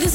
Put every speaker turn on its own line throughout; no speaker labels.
this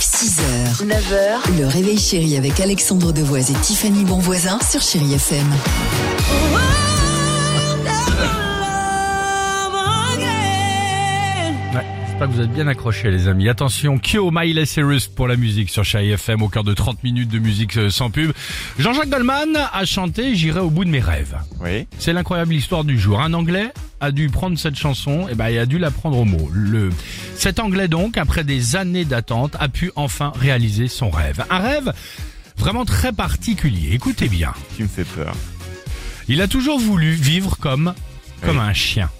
6h, 9h, le réveil chéri avec Alexandre Devoise et Tiffany Bonvoisin sur Chérie FM.
Ouais, j'espère que vous êtes bien accrochés les amis. Attention, Kyo Miley Cyrus pour la musique sur Chai FM au cœur de 30 minutes de musique euh, sans pub. Jean-Jacques Goldman a chanté J'irai au bout de mes rêves.
Oui.
C'est l'incroyable histoire du jour. Un Anglais a dû prendre cette chanson et ben il a dû la prendre au mot. Le cet Anglais donc, après des années d'attente, a pu enfin réaliser son rêve. Un rêve vraiment très particulier. Écoutez bien.
Qui me fait peur.
Il a toujours voulu vivre comme comme un chien.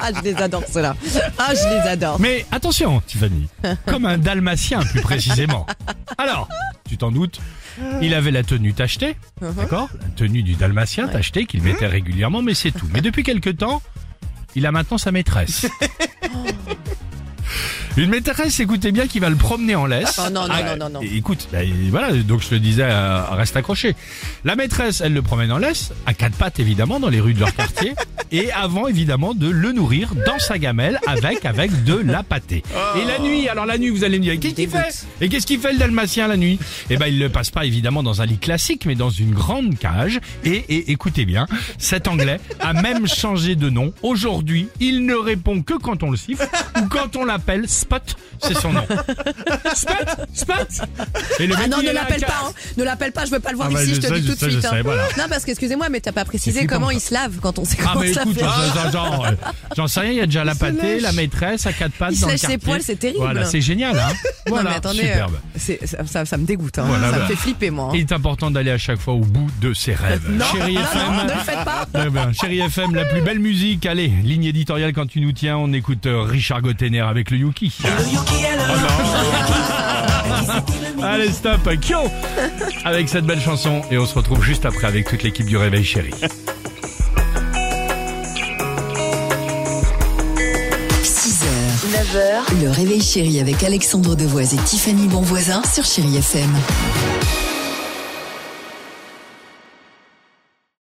Ah, je les adore ceux-là. Ah, je les adore.
Mais attention, Tiffany, comme un dalmatien plus précisément. Alors, tu t'en doutes, il avait la tenue tachetée,
Uh-huh.
d'accord La tenue du dalmatien tachetée qu'il mettait régulièrement, mais c'est tout. Mais depuis quelque temps, il a maintenant sa maîtresse. Une maîtresse, écoutez bien, qui va le promener en laisse.
Oh non, non,
Ah,
non, non, non.
Écoute, bah, voilà, donc je te disais, euh, reste accroché. La maîtresse, elle le promène en laisse, à quatre pattes évidemment, dans les rues de leur quartier, et avant évidemment de le nourrir dans sa gamelle avec avec de la pâtée.
Oh.
Et la nuit, alors la nuit, vous allez me dire, qu'est-ce qu'il fait Et qu'est-ce qu'il fait le dalmatien la nuit Eh ben, il le passe pas évidemment dans un lit classique, mais dans une grande cage. Et, et écoutez bien, cet anglais a même changé de nom. Aujourd'hui, il ne répond que quand on le siffle ou quand on l'appelle Spot. C'est son nom. Spot, Spot. Et le
Ah
mec,
non,
il
ne
est là à
l'appelle
quatre.
pas, hein. ne l'appelle pas, je veux pas le voir
Ah bah,
ici,
je
je te
sais,
dis
je
tout
sais,
de suite. hein.
je sais, voilà.
Non, parce que excusez-moi, mais t'as pas précisé
C'est
comment
flippant,
ils se lavent quand on sait
Ah
comment
mais
ça
écoute,
fait.
j'en- j'en- j'en- euh, j'en sais rien, il y a déjà la
se
pâtée,
lèche.
la maîtresse à quatre pattes
Il se
dans le
lèche ses
quartier.
poils, c'est terrible.
Voilà, c'est génial, hein
Non,
Voilà,
mais attendez,
superbe.
euh, c'est- ça, ça- ça me dégoûte, hein.
Voilà,
ça
voilà.
me fait flipper moi. hein.
Il est important d'aller à chaque fois au bout de ses rêves. Chérie
Non,
FM.
non, ne le faites pas.
Eh ben, chérie FM, la plus belle musique. Allez, ligne éditoriale quand tu nous tiens, on écoute euh, Richard Gottener avec le Yuki. Oh Allez, stop, Kyo Avec cette belle chanson et on se retrouve juste après avec toute l'équipe du Réveil Chérie.
6h, 9h, le réveil chéri avec Alexandre Devoise et Tiffany Bonvoisin sur Chérie FM.